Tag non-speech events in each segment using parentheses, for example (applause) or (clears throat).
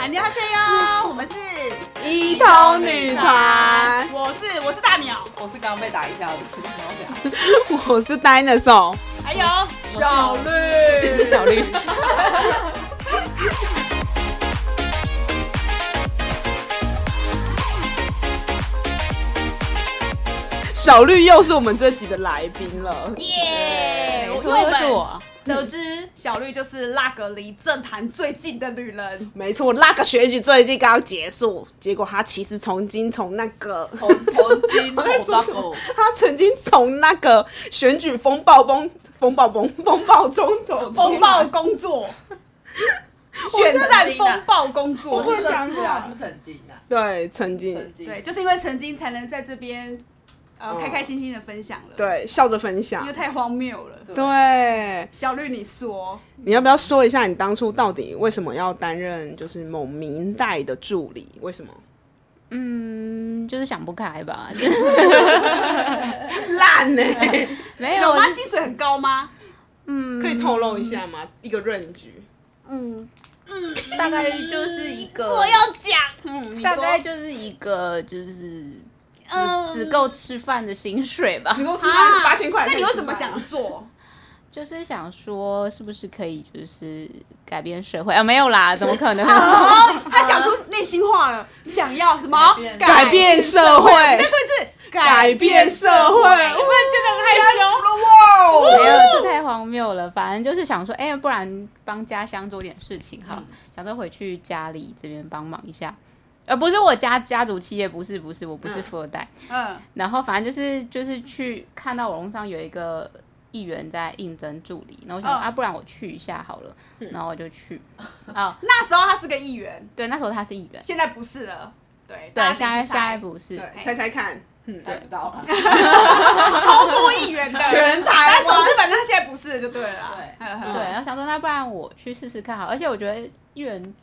안녕하세요，我们是一通女团，我是我是大鸟，我是刚刚被打一下，我不知道怎么 (laughs) 我是 Dinosaur。还有小 (laughs) 绿，小绿，小绿又是我们这集的来宾了，耶！没因错为我又是们得知小绿就是辣格离政坛最近的女 (laughs) 人，没错，那个选举最近刚结束，结果他其实曾经从那个， (laughs) 讲，头头巾头发狗，他曾经从那个选举风暴崩风暴崩风暴中走出来风暴工作， (laughs) 我选现战在风暴工作我会，是陈志啊，是陈金啊，对，曾经陈金，对，，就是因为曾经才能在这边呃嗯开开心心的分享了，，对笑着分因享为。太荒谬了。对对，小绿，你说你要不要说一下你当初到底为什么要担任就是某明代的助理？为什么？嗯，就是想不开吧，就是烂呢、没有有我吗？就薪水很高吗？嗯，可以透露一下吗？一个 range。嗯嗯， (laughs) 大概就是一个，讲，嗯，你大说概就是一个就是只只够吃饭的薪水吧，只够吃啊饭八千块。那你为什么想？做？就是想说是不是可以就是改变社会啊？没有啦，怎么可 (laughs) (laughs) 能？哦，他讲出内心话了，想要什么？改变改变社会再说一次，改变社会，觉我没觉有得，这太荒谬了。反正就是想说，哎、不然帮家乡做点事情嗯哈，想说回去家里这边帮忙一下。呃，不是我家家族企业，不是不是，我不是富二代。嗯，然后反正就是就是去看到网络上有一个议员在应征助理，然后我想说、嗯啊，不然我去一下好了，然后我就去。啊、那时候他是个议员，对，那时候他是议员，现在不是了。对对，大现 (laughs) 家在自己去现在猜不是，对，猜猜看，嗯，猜不到了， (laughs) 超多议员的，全台但总湾之反正他现在不是了就对了啦。对呵呵对，然后想说那不然我去试试看好，而且我觉得艺人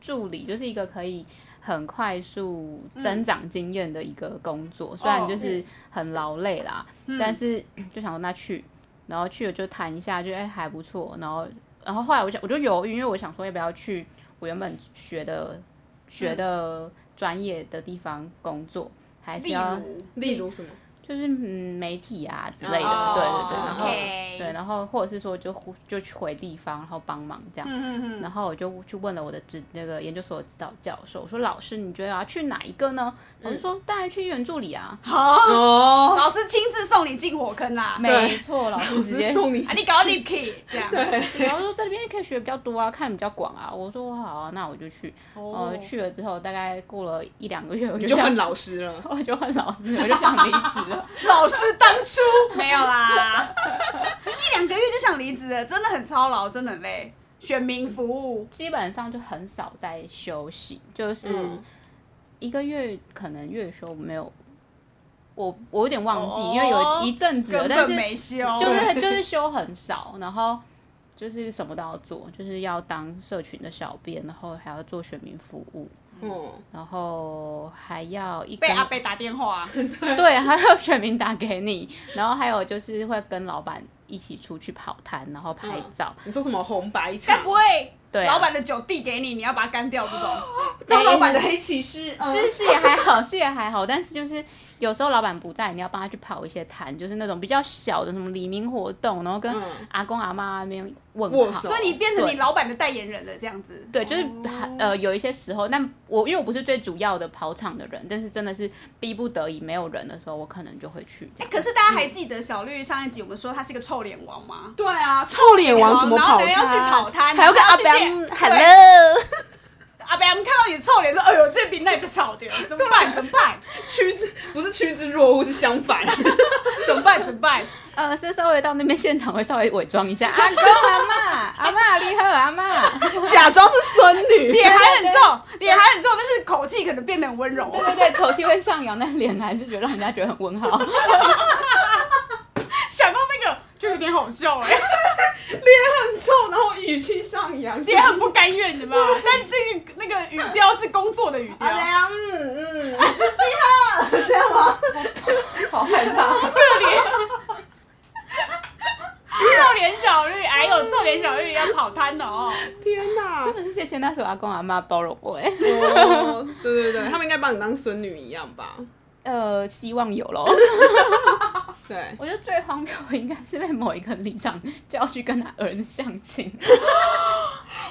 助理就是一个可以很快速嗯增长经验的一个工作，哦虽然就是很劳累啦，嗯但是就想说那去，然后去了就谈一下，就哎还不错，然后然后后来我想我就犹豫，因为我想说要不要去我原本学的学嗯的专业的地方工作，还是啊例要如例如什么？就是嗯媒体啊之类的，哦对对对，然后。 OK 对，然后或者是说就呼就去回地方，然后帮忙这样。嗯嗯嗯，然后我就去问了我的指那个研究所的指导教授，我说老师，你觉得我要去哪一个呢？我就说当然去原助理啊，好，哦，老师亲自送你进火坑啦。没错，老师直只是接。送你啊，你搞你 key 这样。然后说这边可以学比较多啊，看比较广啊。我说好啊，那我就去。哦呃，去了之后大概过了一两个月，我你就就想很，老实了。 (laughs) 我就换老师，我就想离职了。老师当初没有啦， (laughs) 一两个月就想离职了，真的很操劳，真的很累。选民服务，基本上就很少在休息，就是嗯一个月可能月休没有，我我有点忘记，哦因为有一阵子根了，哦但本是没休，就是就是休很少，然后就是什么都要做，就是要当社群的小编，然后还要做选民服务，嗯，然后还要 (laughs) 一被跟阿贝打电话，对，还有选民打给你，然后还有就是会跟老板一起出去跑摊，然后嗯拍照。你说什么红白该场不？会对啊、老板的酒递给你，你要把它干掉这 (gasps) 种？当老板的黑骑呃士是是也还好，是也还好，但是就是有时候老板不在，你要帮他去跑一些摊，就是那种比较小的什么黎明活动，然后跟嗯阿公阿妈那边问握好手。所以你变成你对老板的代言人了，这样子。对，就是呃有一些时候，但我因为我不是最主要的跑场的人，但是真的是逼不得已没有人的时候，我可能就会去这哎，样。可是大家还记得小绿上一集我们说他是个臭脸王吗？哦对啊，臭脸王怎么然后跑等下要去摊？跑摊，还要跟然后阿去伯见，Hello，阿贝他们看到你的臭脸说：“哎呦，这比那比吵的，怎么办？怎么办？趋之不是趋之若鹜，是相反。怎么办？怎么办？”呃，是稍微到那边现场会稍微伪装一下，阿公阿妈阿妈你好阿妈， (laughs) 假装是孙女，脸还很重，脸还很重，但是口气可能变得很温柔。 (laughs) 对对对，口气会上扬，但脸还是觉得让人家觉得很问号。 (laughs) 想到那个就有点好笑哎、很臭，然后语气上扬，也很不甘愿的嘛。但这个那个语调是工作的语哦调，啊呀，嗯嗯， (laughs) 你好，这样吗？好害怕。可怜。臭脸小绿，哎呦，臭脸小绿要跑摊哦。天哪！真的是谢谢那时候阿公阿妈包容我哎，哦，对对对，他们应该把你当孙女一样吧？呃，希望有喽。对，我觉得最荒谬的应该是被某一个里长 (laughs) 叫去跟他儿子相亲，小青故事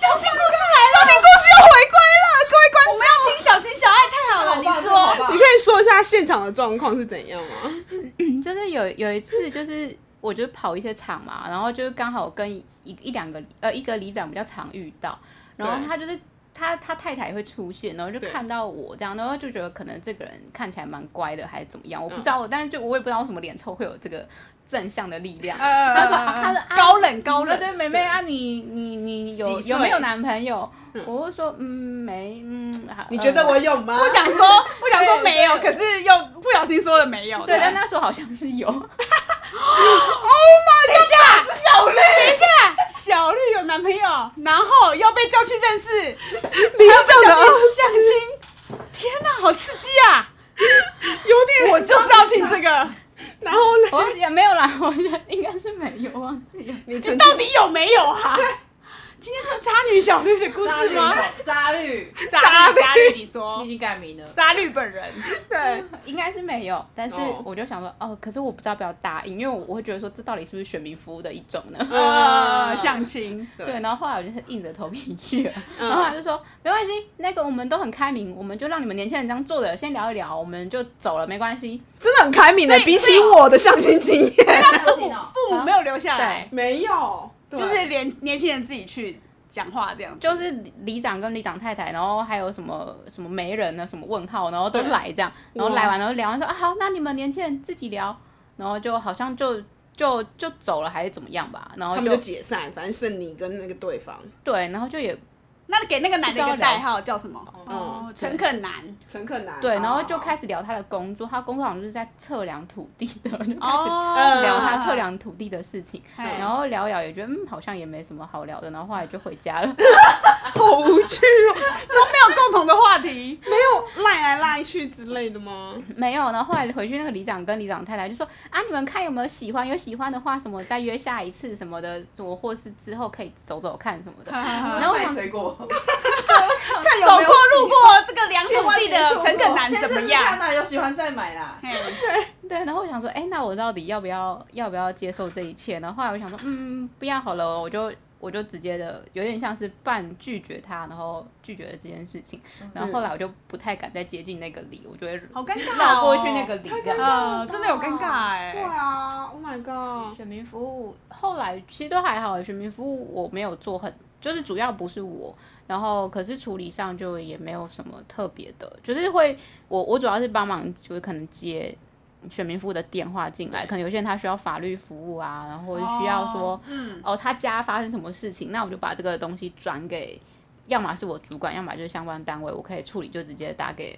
来了，小青故事又回归了，各位观众，我们要听小青小爱，太好了，你好说。你吧可以说一下现场的状况是怎样吗？嗯就是有有一次就是我就跑一些场嘛，然后就是刚好跟一一两个呃一个里长比较常遇到，然后对他就是。他他太太也会出现，然后就对看到我这样，然后就觉得可能这个人看起来蛮乖的，还是怎么样，我不知道，但是就我也不知道为什么脸臭会有这个正向的力量。呃他说啊他说啊高冷高冷，对，妹妹啊，你你你有几岁有没有男朋友嗯？我会说，嗯，没，嗯，好你觉得呃我有吗？不想说不想说对没有，对可是又不小心说了没有。对，但那时候好像是 (laughs) 有，等一下，小绿，等一下，小绿有男朋友，然后又被叫去认识，你要这叫样的啊去相亲，天哪，好刺激啊！有点，我就是要听这个，然后呢？ (laughs) 我忘记了没有啦， (laughs) 我觉得应该是没有，忘记了。你你曾经到底有没有啊？今天是渣女小绿的故渣事女吗？渣绿，渣渣渣绿，你说你已经改名了。渣绿本人，对，应该是没有，但是哦我就想说，哦，可是我不知道要不要答应，因为我我会觉得说，这到底是不是选民服务的一种呢？呃，相亲， (laughs) 对对，然后后来我就是硬着头皮去了，嗯然后他就说没关系，那个我们都很开明，我们就让你们年轻人这样坐着，先聊一聊，我们就走了，没关系。真的很开明的所，以比起我的相亲经验，父母哦父母没有留下来，对，没有，对就是连年轻人自己去讲话这样子，就是里长跟里长太太，然后还有什么什么媒人啊呢，什么问号，然后都对来这样，然后哇来完然后聊完说啊好，那你们年轻人自己聊，然后就好像就就就走了还是怎么样吧，然后他们就就解散，反正剩你跟那个对方，对，然后就也啊那给那个男的一个代号叫什么？嗯哦，诚恳男。陈克南，对，然后就哦开始聊他的工作，他工作好像就是在测量土地的， (laughs) 就开始嗯哦聊他测。量土地的事情，哎然后聊一聊也觉得嗯好像也没什么好聊的，然后后来就回家了。好无趣哦，都没有共同的话题，没有 (laughs) 赖来赖去之类的吗？没有，啊然后后来回去那个里长跟里长太太就说啊，你们看有没有喜欢，有喜欢的话什么再约下一次什么的，我或是之后可以走走看什么的。然然后我卖想水果，看 (laughs) 有走没过有喜路过这个两土地的诚恳男怎么看啊样？嗯到有喜欢再买啦。嘿对，然后我想说，哎，那我到底要不要要不要接受这一切？然后后来我想说，嗯，不要好了，我就我就直接的有点像是半拒绝他，然后拒绝了这件事情。然后后来我就不太敢再接近那个里，我就会嗯好尴尬哦，绕过去那个里这样。呃，真的有尴尬对哎。啊，Oh my god，选民服务后来其实都还好，选民服务我没有做很，就是主要不是我，然后可是处理上就也没有什么特别的，就是会我我主要是帮忙，就是可能接选民服务的电话进来，可能有些人他需要法律服务啊，然后或者需要说哦，嗯，哦他家发生什么事情，那我就把这个东西转给，要么是我主管，要么就是相关单位，我可以处理，就直接打给。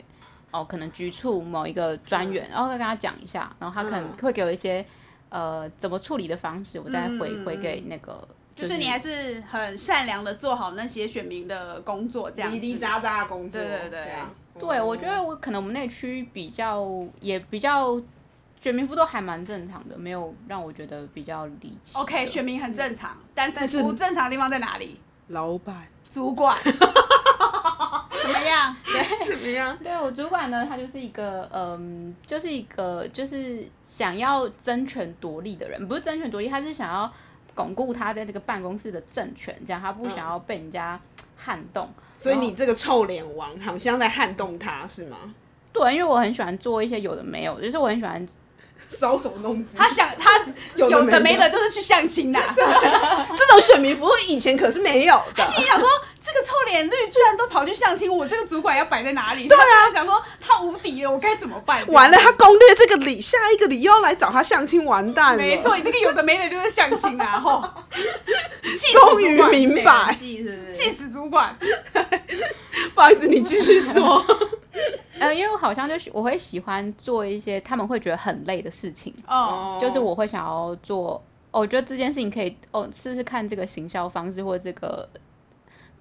哦，可能局处某一个专员，然后再跟他讲一下，然后他可能嗯会给我一些呃怎么处理的方式，我再嗯回、嗯回嗯给那个。就是你还是很善良的做好那些选民的工作，这样滴滴子。喳喳的工作，啊对对对这样对，我觉得我可能我们那区比较也比较，选民服都还蛮正常的，没有让我觉得比较离奇的。 OK，选民很正常，但但是是不正常的地方在哪里？老板主管怎么样？怎么样？对我主管呢，他就是一个嗯，就是一个就是想要争权夺利的人，不是争权夺利，他是想要巩固他在这个办公室的政权，这样他不想嗯要被人家撼动。 (laughs) 所以你这个臭脸王好像在撼动他是吗？对，因为我很喜欢做一些有的没有的，就是我很喜欢搔首弄姿，他想啊他有有的的没的的，就是去相亲的。这种选民服务以前可是没有的。心里想说，这个臭脸绿居然都跑去相亲，我这个主管要摆在哪里？对啊，想说他无敌了，我该怎么办？完了，他攻略这个理，下一个理又要来找他相亲，完蛋了。没错，，你这个有的没的就是相亲啊！ (laughs) 吼，气死主终管于明白。记是不气是？死主管，不好意思，你继续 (laughs) 说。呃，因为我好像就是我会喜欢做一些他们会觉得很累的事情，哦，就是我会想要做，哦、我觉得这件事情可以哦试试看这个行销方式或者这个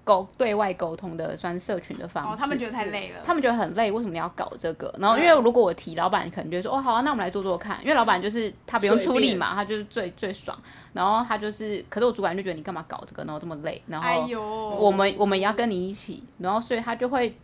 沟对外沟通的算是社群的方式。哦，他们觉得太累了，他们觉得很累，为什么你要搞这个？然后因为如果我提，老板可能就会说哦好、啊，那我们来做做看，因为老板就是他不用出力嘛，他就是最最爽。然后他就是，可是我主管就觉得你干嘛搞这个，然后这么累，然哎后呦，我我们我们也要跟你一起，然后所以他就会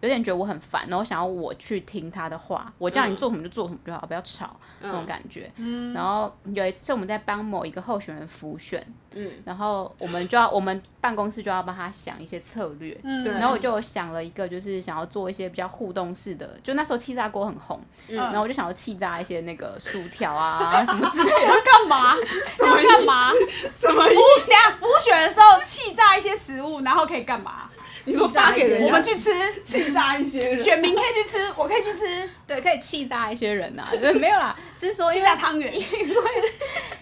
有点觉得我很烦，然后想要我去听他的话，我叫你做什么就做什么就好，不要吵那种感觉。嗯。然后有一次我们在帮某一个候选人浮选，嗯，然后我们就要我们办公室就要帮他想一些策略，嗯对然后我就有想了一个，就是想要做一些比较互动式的，就那时候气炸锅很红，然后我就想要气炸一些那个薯条啊什么之类的。干嘛？什么干嘛？什么意不，等一下浮选的时候气炸一些食物，然后可以干嘛？你说发给人家，我们去吃，欺诈一些人，选民可以去吃，我可以去吃对，可以气炸一些人呐、啊，对没有啦，是说气因为啊炸汤圆。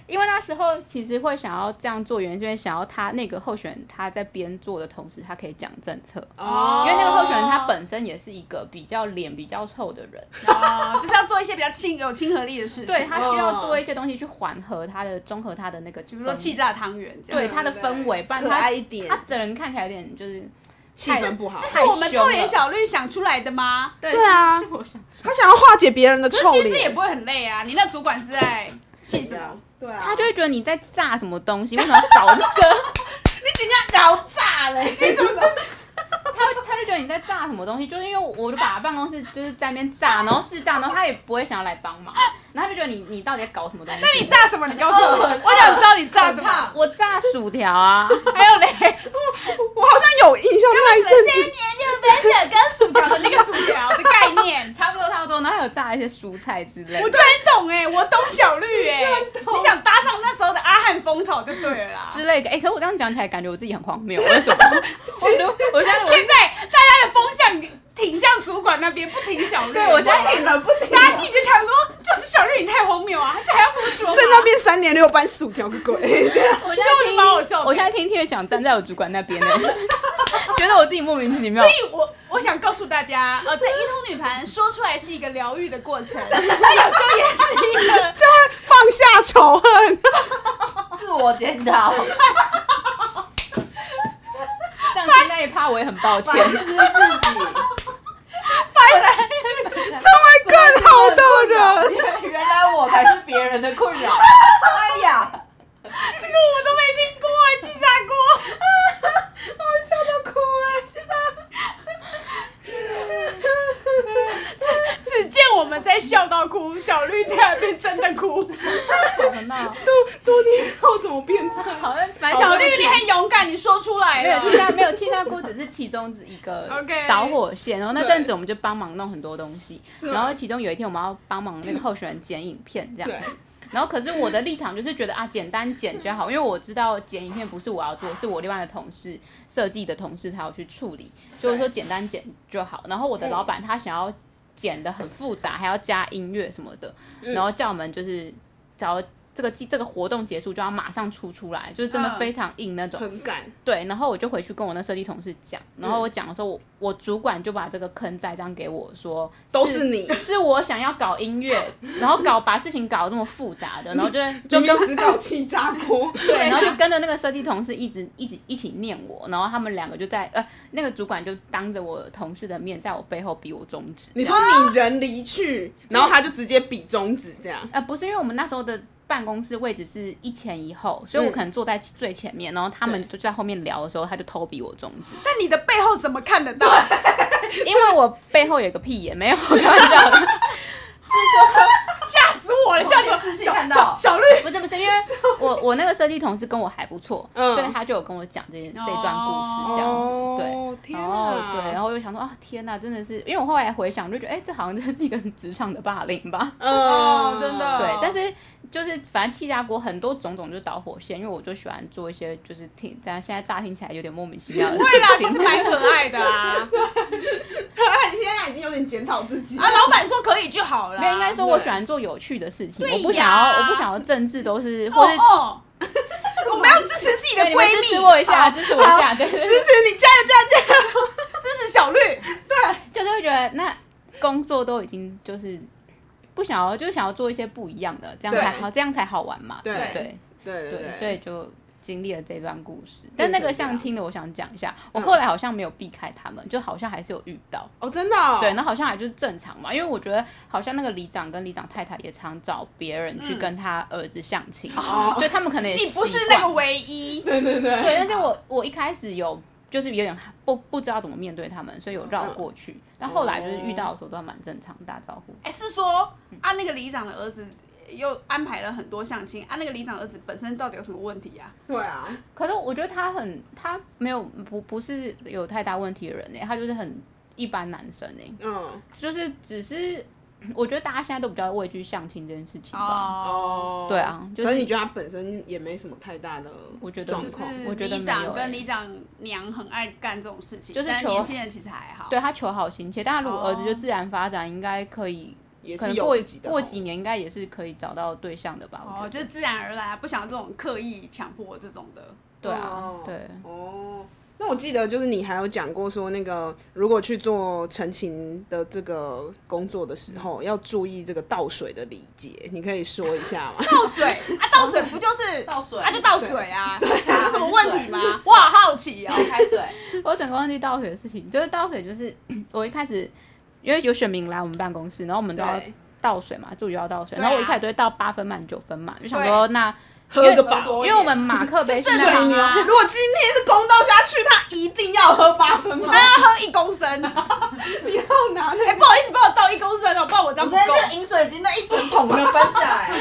因为那时候其实会想要这样做，原因是因为想要他那个候选人他在边做的同时，他可以讲政策。哦因为那个候选人他本身也是一个比较脸比较臭的人，哦，就是要做一些比较亲有亲和力的事情，哦对他需要做一些东西去缓和他的、综合他的那个，哦比比如说气，炸汤圆这样。对他的氛围，不然可他爱一点他整个人看起来有点就是气氛不好这。是我们臭脸小绿想出来的吗？对对啊是是我想他想要化解别人的可是臭其实也脸，不会很累啊，你那主管是在气什么？对啊，他就会觉得你在炸什么东西，为什么要搞这个？搞炸 (laughs) 了，他就他就觉得你在炸什么东西，就是因为我就把办公室就是在那边炸，然后是炸，然后他也不会想要来帮忙，然后他就觉得你你到底在搞什么东西？那你炸什么？你告诉我，我想知道你炸什很么。胖，我炸薯条啊！。还有嘞，我好像有印象那一三阵子，年六分小跟薯条的那个薯条的概念 (laughs) 差不多差不多，然后还有炸一些蔬菜之类我居的然懂哎、我懂小绿哎、你想搭上那时候的阿汉风潮就对了啦。之类的。哎、可是我这样讲起来，感觉我自己很荒谬，为什么？我觉得我现在现在大家的风向挺向主管那边，不挺小绿。对我现在停了不停大家心里就想说，就是小绿你太荒谬啊，这还要多说吗？在那边三年六班薯条哎个鬼，我现在听蛮好笑的听，我现在听听想站在我主管那边呢， (laughs) 觉得我自己莫名其妙所。以我我想告诉大家，呃，在一通女盘说出来是一个疗愈的过程，它有时候也是一个，哎放下仇恨，自我检讨，这样听那一趴我也很抱歉反。思自己，成为更好的人。原原来我才是别人的困扰，哎呀，这个我都没听过啊，气炸锅。 (laughs) 只只见我们在笑到哭，小绿在那边真的哭。很闹，多年后怎么变这样？好像蛮小想绿，你很勇敢，你说出来没有了。气炸，没有气炸锅只是其中之一个 (laughs) OK 导火线。然后那阵子我们就帮忙弄很多东西，嗯然后其中有一天我们要帮忙那个候选人剪影片这样对。然后可是我的立场就是觉得啊，简单剪就好，因为我知道剪影片不是我要做，是我另外的同事设计的同事他要去处理，所以我说简单剪就好。然后我的老板他想要剪的很复杂，还要加音乐什么的，嗯然后叫我们就是找这个这个活动结束就要马上出出来，就是真的嗯非常硬那种。很赶，对，然后我就回去跟我那设计同事讲，然嗯后我讲的时候，我我主管就把这个坑栽赃给我说，都是 (laughs) 你是我想要搞音乐，然后搞把事情搞得这么复杂的，然后就就就跟跟只搞气炸锅。对，然后啊就跟着那个设计同事一直一直一起念我，然后他们两个就在呃那个主管就当着我同事的面，在我背后比我中指，你说你人离去，然后他就直接比中指这样。呃，不是，因为我们那时候的办公室位置是一前一后，所以嗯我可能坐在最前面，然后他们就在后面聊的时候，他就偷比我中指，但你的背后怎么看得 (laughs) 到？因为我背后有个屁眼，没有开玩笑的，吓死我了！吓死我了！仔细小看小到小绿， (laughs) 不是不是，因为我我那个设计同事跟我还不错，嗯所以他就有跟我讲这件这一段故事这样子。对，哦，天然后哪！对，然后我就想说啊，天哪，真的是，因为我后来回想，我就觉得，哎、这好像真是一个职场的霸凌吧。呃哦真的对，但是就是反正气炸锅很多种种就是导火线，因为我就喜欢做一些就是听，这样现在乍听起来有点莫名其 (laughs) 妙的对啦，事其情。实蛮可爱的啊。他现在已经有点检讨自己啊，老板说可以就好了。 (laughs) 没有，应该说我喜欢做有趣的事情，对我不想要，呀我不想要政治都是，哦或是 (laughs) 哦，我们要支持自己的对你们闺支蜜，持我一下，支持我一下，对对支对。持你，加油加油加油！支持小绿。就是会觉得那工作都已经就是不想要，就是想要做一些不一样的，这样才对好，这样才好玩嘛。对对对对，所以就经历了这段故事。但那个相亲的，我想讲一下，我后来好像没有避开他们，就好像还是有遇到。哦，真的、哦，对，那好像还就是正常嘛，因为我觉得好像那个里长跟里长太太也常找别人去跟他儿子相亲，所以他们可能也你不是习惯那个唯一，对对对，对，但是我我一开始有就是有点不不知道怎么面对他们，所以有嗯绕过去。但后来就是遇哦到的时候都还蛮正常，打招呼。哎、是说啊，那个里长的儿子又安排了很多相亲，啊，那个里长儿子本身到底有什么问题啊？对啊，可是我觉得他很他没有不不是有太大问题的人呢、他就是很一般男生呢、嗯，就是只是我觉得大家现在都比较畏惧相亲这件事情吧。哦，对啊就是可是你觉得他本身也没什么太大的我觉得状就况，是我觉得里没有长欸跟里长娘很爱干这种事情，就是但求年轻人其实还好。对他求好心切，但他如果儿子就哦自然发展，应该可以，也可是能有过自己的过好几年应该也是可以找到对象的吧？我觉哦，得就是自然而然，不想这种刻意强迫这种的。对啊哦，对。哦，那我记得就是你还有讲过说，那个如果去做陈情的这个工作的时嗯候，要注意这个倒水的礼节，你可以说一下 (laughs) 吗？倒水啊，倒水不就是倒水啊？就倒水啊，啊有什么问题吗？我好好 (laughs) 奇哦。开水，我整个忘记倒水的事情，就是倒水，就是 (clears throat) 我一开始因为有选民来我们办公室，然后我们都要对倒水嘛，助理要倒水，对啊然后我一开始都会倒八分满、九分满，就想对说那喝因为个饱。因为我们马克杯是那正常种啊 (laughs) 如果今天是公道下去，他一定要喝八分吗 (laughs) 我？要喝一公升， (laughs) 哎、你要拿哎那个不好意思，帮我倒一公升哦，不然我这我样昨不天够。去饮水机那一整桶没有搬下来，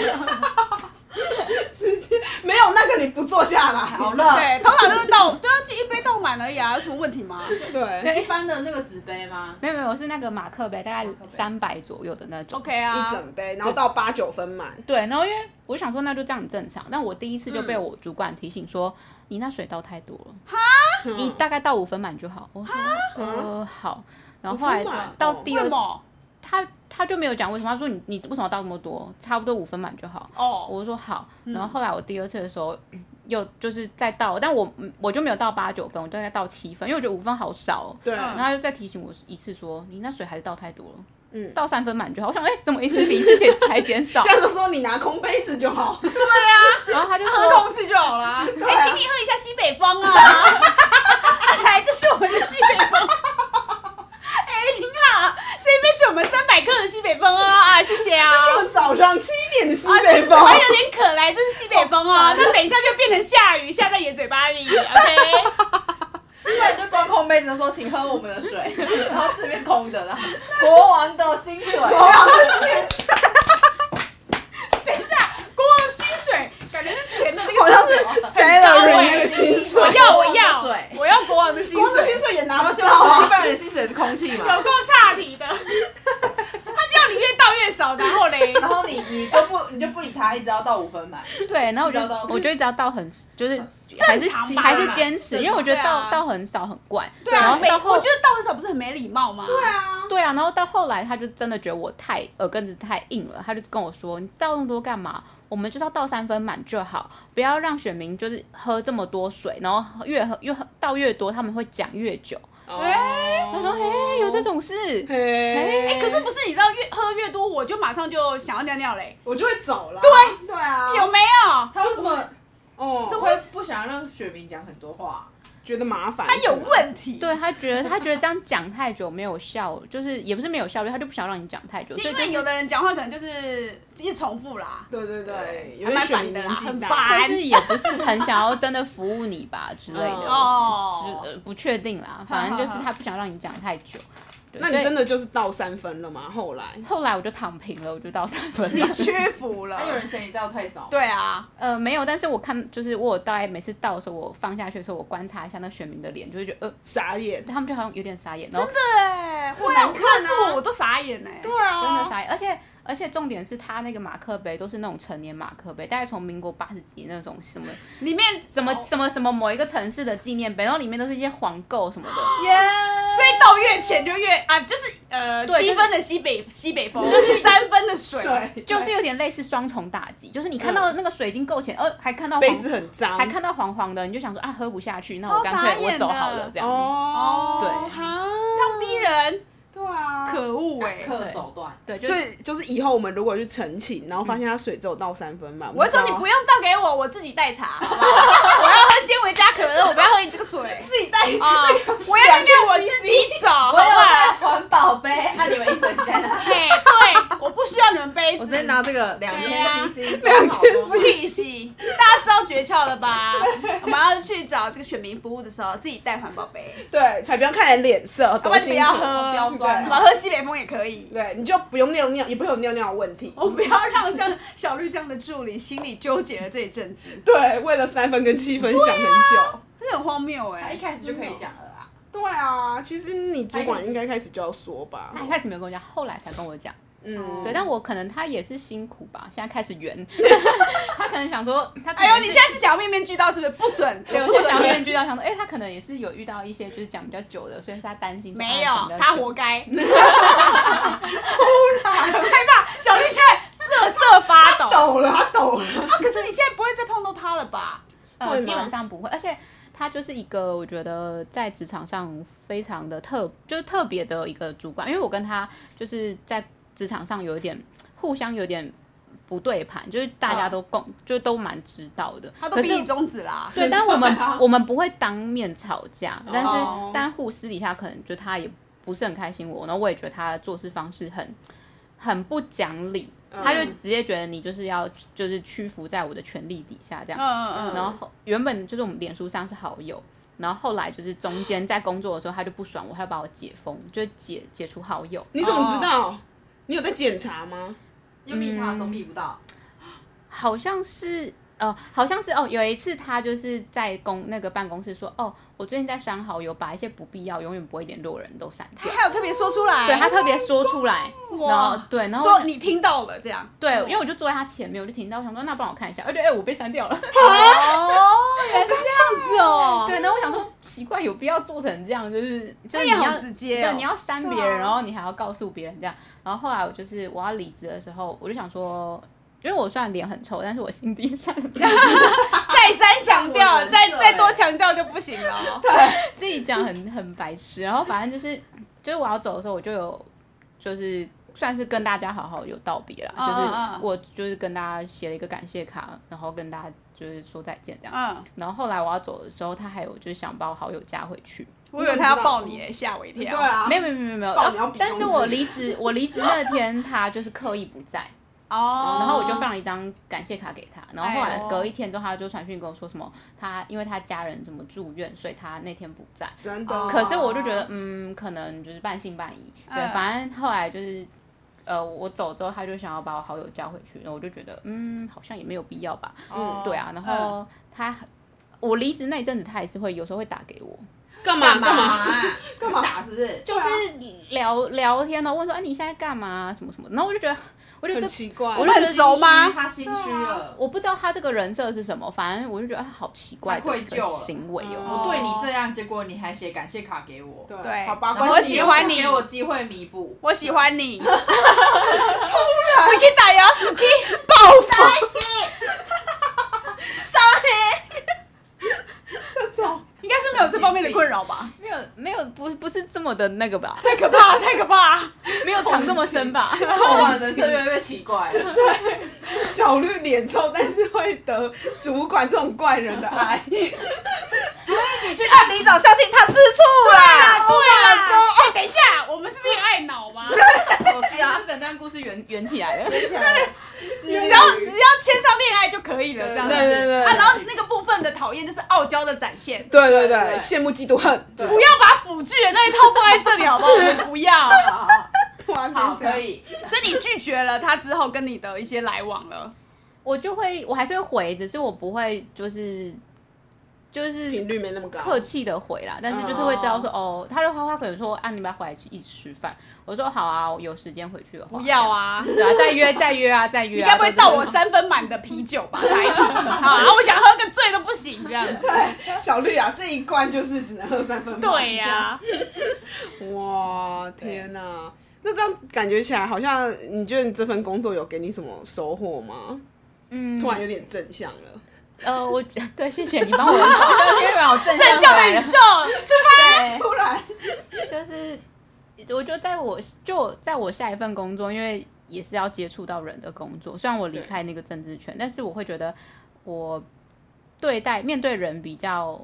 直接没有那个你不坐下来。好了。对，通常就是倒，对啊，就一杯倒满而已啊，有什么问题吗？对， (laughs) 哎一般的那个纸杯吗？没有没有是那个马克杯，大概马克杯三百左右的那种。 OK 啊，一整杯，然后到八九分满。对，然后因为我想说那就这样很正常，但我第一次就被我主管提醒说、你那水倒太多了，你大概倒五分满就好。我说呃好，然后后来五分满到哦第为二什次。么？他他就没有讲为什么，他说你你为什么要倒这么多？差不多五分满就好。哦，我就说好，然后后来我第二次的时候，又就是再倒，但我嗯我就没有到八九分，我大概倒七分，因为我觉得五分好少、哦。对，然后他又再提醒我一次说，你那水还是倒太多了，嗯倒三分满就好。我想，哎、怎么一次比一次减才减少这？ (laughs) 样就说你拿空杯子就好。然后他就喝说，空气就好啦。哎、请你喝一下西北风啊！ (laughs) 来，这是我们的西北风。 (laughs) 哎、您好，这一杯是我们三百克的西北风哦啊，谢谢啊。早上七点的西啊，北风，还有点渴来，这是西北风哦。那等一下就变成下雨，下在你的嘴巴里，OK？不然你就装空杯子说请喝我们的水， (laughs) 然后这边空的了。国王的薪水，我要跟先生等一下，国王薪水感觉是钱的那个好像薪是水哦 salary 那个薪水，我要，我国王要的水，我要国王的薪光是水薪，水也拿不然到后啊一。般人的薪水是空气嘛有，够差题的。他叫你越倒越少，然后嘞，然后你你就不你就不理他，一直要到五分满。 (laughs) 对，然后我就你知道我就一直要倒很，就是还是常吧还是坚持，正因为我觉得常对倒、啊倒很少很怪。对然啊，后每到后我觉得倒很少不是很没礼貌吗？对啊，对啊，然后到后来他就真的觉得我太耳根子太硬了，他就跟我说：“你倒那么多干嘛？我们就是要倒三分满就好，不要让选民就是喝这么多水，然后喝越喝越喝倒越多，他们会讲越久。哎，他说：“哎、有这种事？嘿，哎，可是不是你知道越喝越多，我就马上就想要尿尿嘞，我就会走了。对对啊，有没有？他为什么哦，这会不想让雪明讲很多话？觉得麻烦，他有问题，对他觉得他觉得这样讲太久没有效，就是也不是没有效率，他就不想让你讲太久，就所因以就为是有的人讲话可能就是一直重复啦。对对对对，有点选民年纪还蛮大，烦的啦但是也不是很想要真的服务你吧之类的，哦只呃不确定啦，反正就是他不想让你讲太久。对那所你以真的就是到三分了吗？后来后来我就躺平了，我就到三 (laughs) 分了你。 (laughs) 屈服了。那有人嫌你倒太少，，对啊，呃，没有，但是我看就是我有大概每次到的时候，我放下去的时候，我观察一下那选民的脸，就会觉得呃，傻眼，他们就好像有点傻眼，然后真对，会啊，难看啊看是我我都傻眼哎、对啊，的傻眼，而且而且重点是他那个马克杯都是那种成年马克杯，大概从民国八十几那种什么里面什么什么什么某一个城市的纪念碑，然后里面都是一些黄垢什么的，耶，所以到越浅就越啊，就是呃对七分的西北西北风，就是三分的水，水就是有点类似双重打击，就是你看到那个水已经够浅，呃，还看到黄杯子很脏，还看到黄黄的，你就想说啊，喝不下去，那我超干傻脆我眼走的好了这哦，样。哦对哈，这样逼人，对啊，可恶对对克手段，对，就所以就是以后我们如果去澄清，然后发现它水只有倒三分满，我就就知说道你不用倒给我，我自己带茶，好不好？ (laughs) 我要喝纤维加可乐，我不要喝你这个水自己带啊！我要在那边我自己走，好我不有带好？环保杯，那你们一水在哪？嘿，对，我不需要你们杯 (laughs) 我子直。接拿这个两对啊千 CC，两千屁系，大家知道诀窍了吧？ (laughs) 我们要去找这个选民服务的时候，自己带环保杯，对，才不用看人脸色，要不多然你不辛要苦。喝，标啊准我们喝西北风也可以。对，你就不用尿尿，也不会有尿尿的问题。 (laughs) 我不要让像小绿这样的助理心里纠结了这一阵子，对，为了三分跟七分想很久。这很荒谬哎、他一开始就可以讲了啊，对啊，其实你主管应该开始就要说吧。他一开始没哦有跟我讲，后来才跟我讲。嗯，对，但我可能他也是辛苦吧，现在开始 (laughs) 圆，他可能想说，他可哎能呦，你是现在是想要面面俱到是不是？不准，对，我我不就想准。面具到想说，哎、他可能也是有遇到一些就是讲比较久的，所以他担心说没有啊讲比，较他久活该。突 (laughs) 然，很害怕，小绿现在瑟瑟发抖。抖了，他抖了。啊，可是你现在不会再碰到他了吧？会呃，吗基本上不会，而且他就是一个我觉得在职场上非常的特，就是特别的一个主管，因为我跟他就是在职场上有一点互相有点不对盘，就是大家都共，就都蛮知道的，嗯他都可比是你中指啦。 (laughs) 对，但我们我们不会当面吵架，但是、哦但互私底下可能就他也不是很开心我，然后我也觉得他的做事方式很很不讲理，他就直接觉得你就是要就是屈服在我的权力底下这样，嗯然后原本就是我们脸书上是好友。然后后来就是中间在工作的时候，他就不爽我，他就把我解封，就解解除好友。你怎么知道？你有在检查吗？又密他的时候密不到，好像是呃，好像是哦，有一次他就是在公那个办公室说，哦，我最近在删好友，把一些不必要、永远不会联络的人都删掉他。还有特别说出来，嗯对他特别说出来，然后哎哇，对，然后我说就你听到了这样。对，因为我就坐在他前面，我就听到，我想说那帮我看一下，而且哎、我被删掉 (laughs) 了，哦，原来是这样子哦。对，那我想说奇怪，有必要做成这样，就是就这是你也要好直接哦。对，你要删别对啊人，然后你还要告诉别人这样。然后后来我就是我要离职的时候，我就想说，因为我虽然脸很臭，但是我心地善良，再三强我调，人再设再欸多强调就不行了哦。自己讲很很白痴。然后反正就是就是我要走的时候，我就有就是算是跟大家好好有道别啦，嗯嗯嗯就是我就是跟大家写了一个感谢卡，然后跟大家就是说再见这样。嗯，然后后来我要走的时候，他还有就是想把我好友加回去，我以为他要抱你欸，吓我一对跳。啊，没有没有没有没有爆你要比，但是中指我离职我离职那天他就是刻意不 (laughs) 在。哦，然后我就放了一张感谢卡给他，然后后哎来呦隔一天之后，他就传讯跟我说什么，他因为他家人怎么住院，所以他那天不在。真的。哦可是我就觉得，嗯，可能就是半信半疑。对嗯，反正后来就是，呃，我走之后，他就想要把我好友叫回去，然后我就觉得，嗯，好像也没有必要吧。哦对啊，然后他，我离职那一阵子，他也是会有时候会打给我，干嘛 (laughs) 干嘛？啊？干嘛打是啊不是？就是聊聊天呢，问说，哎，你现在干嘛？什么什么？然后我就觉得，我就觉很得奇怪。我就觉得很熟吗他心虚了，我不知道他这个人设是什么，反正我就觉得他好奇怪太的愧一疚个了嗯行为哦哦。我对你这样，结果你还写感谢卡给我，对对啊好吧，然后关系喜欢你给我机会弥补。我喜欢你。 (laughs) 突然，ski 打呀，ski 报复，应该是没有这方面的困扰吧？ (laughs) 没有没有，不不是这么的那个吧？太可怕了，太可怕了！没有藏这么深吧？我们人生越来越奇怪了， (laughs) 小绿脸臭，但是会得主管这种怪人的爱。你去那里找萧敬，他吃醋啊啦，啊对啦。哎，等一下，我们是恋爱脑吗？我是啊，是哎整段故事圆圆起来了。只 (laughs) 只要只要签上恋爱就可以了，这样子。对对对对啊，然后那个部分的讨厌就是傲娇的展现，对对对对，对羡慕嫉妒恨。对不要把腐剧的那一套放在这里好不好？我们不要。好好突然好，变这样可。以，所以你拒绝了他之后跟你的一些来往了，我就会，我还是会回，只是我不会就是就是频率没那么高。客气的回啦，但是就是会知道说哦，他的话他可能说啊，你们回来一起一起吃饭。我说好啊，我有时间回去的话。不要！啊！对啊，再约再约啊，再你约啊。该不会都是倒我三分满的啤酒吧？来，啊，我想喝个醉都不行这样子。小绿啊，这一罐就是只能喝三分。对呀、哇，天哪、那这样感觉起来，好像你觉得你这份工作有给你什么收获吗？嗯突然有点正向了。呃，我 (laughs) 对，谢谢你 (laughs) 帮我，谢谢你帮我正正向的回来宇了宙，出发。对，突然，就是我就在我就我在我下一份工作，因为也是要接触到人的工作，虽然我离对开那个政治圈，但是我会觉得我对待面对人比较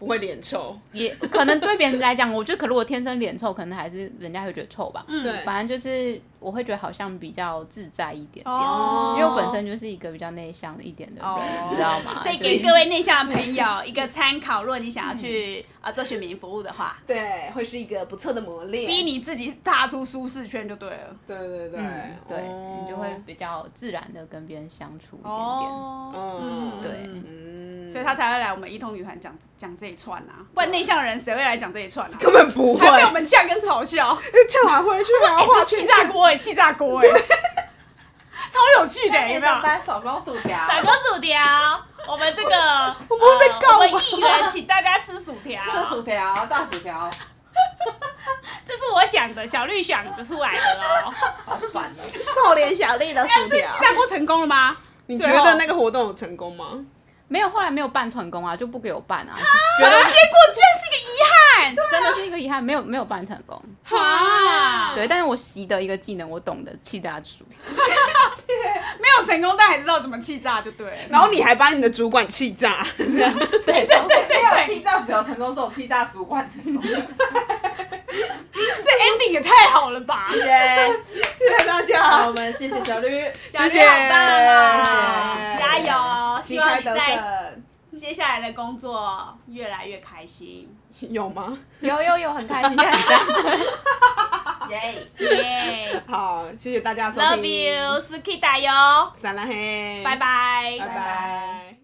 不会脸臭，也可能对别人来讲，我觉得可能我天生脸臭，可能还是人家会觉得臭吧。嗯对反正就是我会觉得好像比较自在一点点，哦因为我本身啊就是一个比较内向的一点的人，哦你知道吗？所以所以给各位内向的朋友一个参考，如果你想要去嗯啊做选民服务的话，对，会是一个不错的磨练。逼你自己踏出舒适圈就对了。对对对嗯，对、哦你就会比较自然的跟别人相处一点点。哦，嗯，对嗯嗯所以他才会来我们一通女团讲讲这一串啊，不然内向的人谁会来讲这一串啊？根本不会，还被我们呛跟嘲笑，呛完啊回去然哎后 (laughs) 画气圈炸锅哎，气炸锅哎， (laughs) 超有趣的，欸那有你没有上？班扫光薯 (laughs) 条，打光薯条，我们这 (laughs) 个我们会被我告吧们议员请大家吃薯条，吃薯条，大薯条，这是我想的，小绿想的出来的 (laughs) 哦。好烦哦。臭脸小丽的但是气炸锅成功了吗？你觉最得后那个活动有成功吗？没有，后来没有办成功啊，就不给我办啊，结果居然是个遗真的是一个遗憾，没有没有办成功。憾啊！对，但是我习得一个技能，我懂得气大厨，没有成功，但还知道怎么气炸就对了。然后你还把你的主管气炸，对对对，没有欺诈只有成功，这种欺诈主管成 (laughs) 功。这 ending 也太好了吧！谢谢，谢谢大好，家我，们谢谢小绿，小绿谢谢好棒啊！谢谢加油！旗希望开你得在胜。接下来的工作越来越开心。有吗？有有有，很开心，现在很赞耶！耶好，谢谢大家收！Love 听， you，Ski 打油，散了嘿，拜拜，拜拜。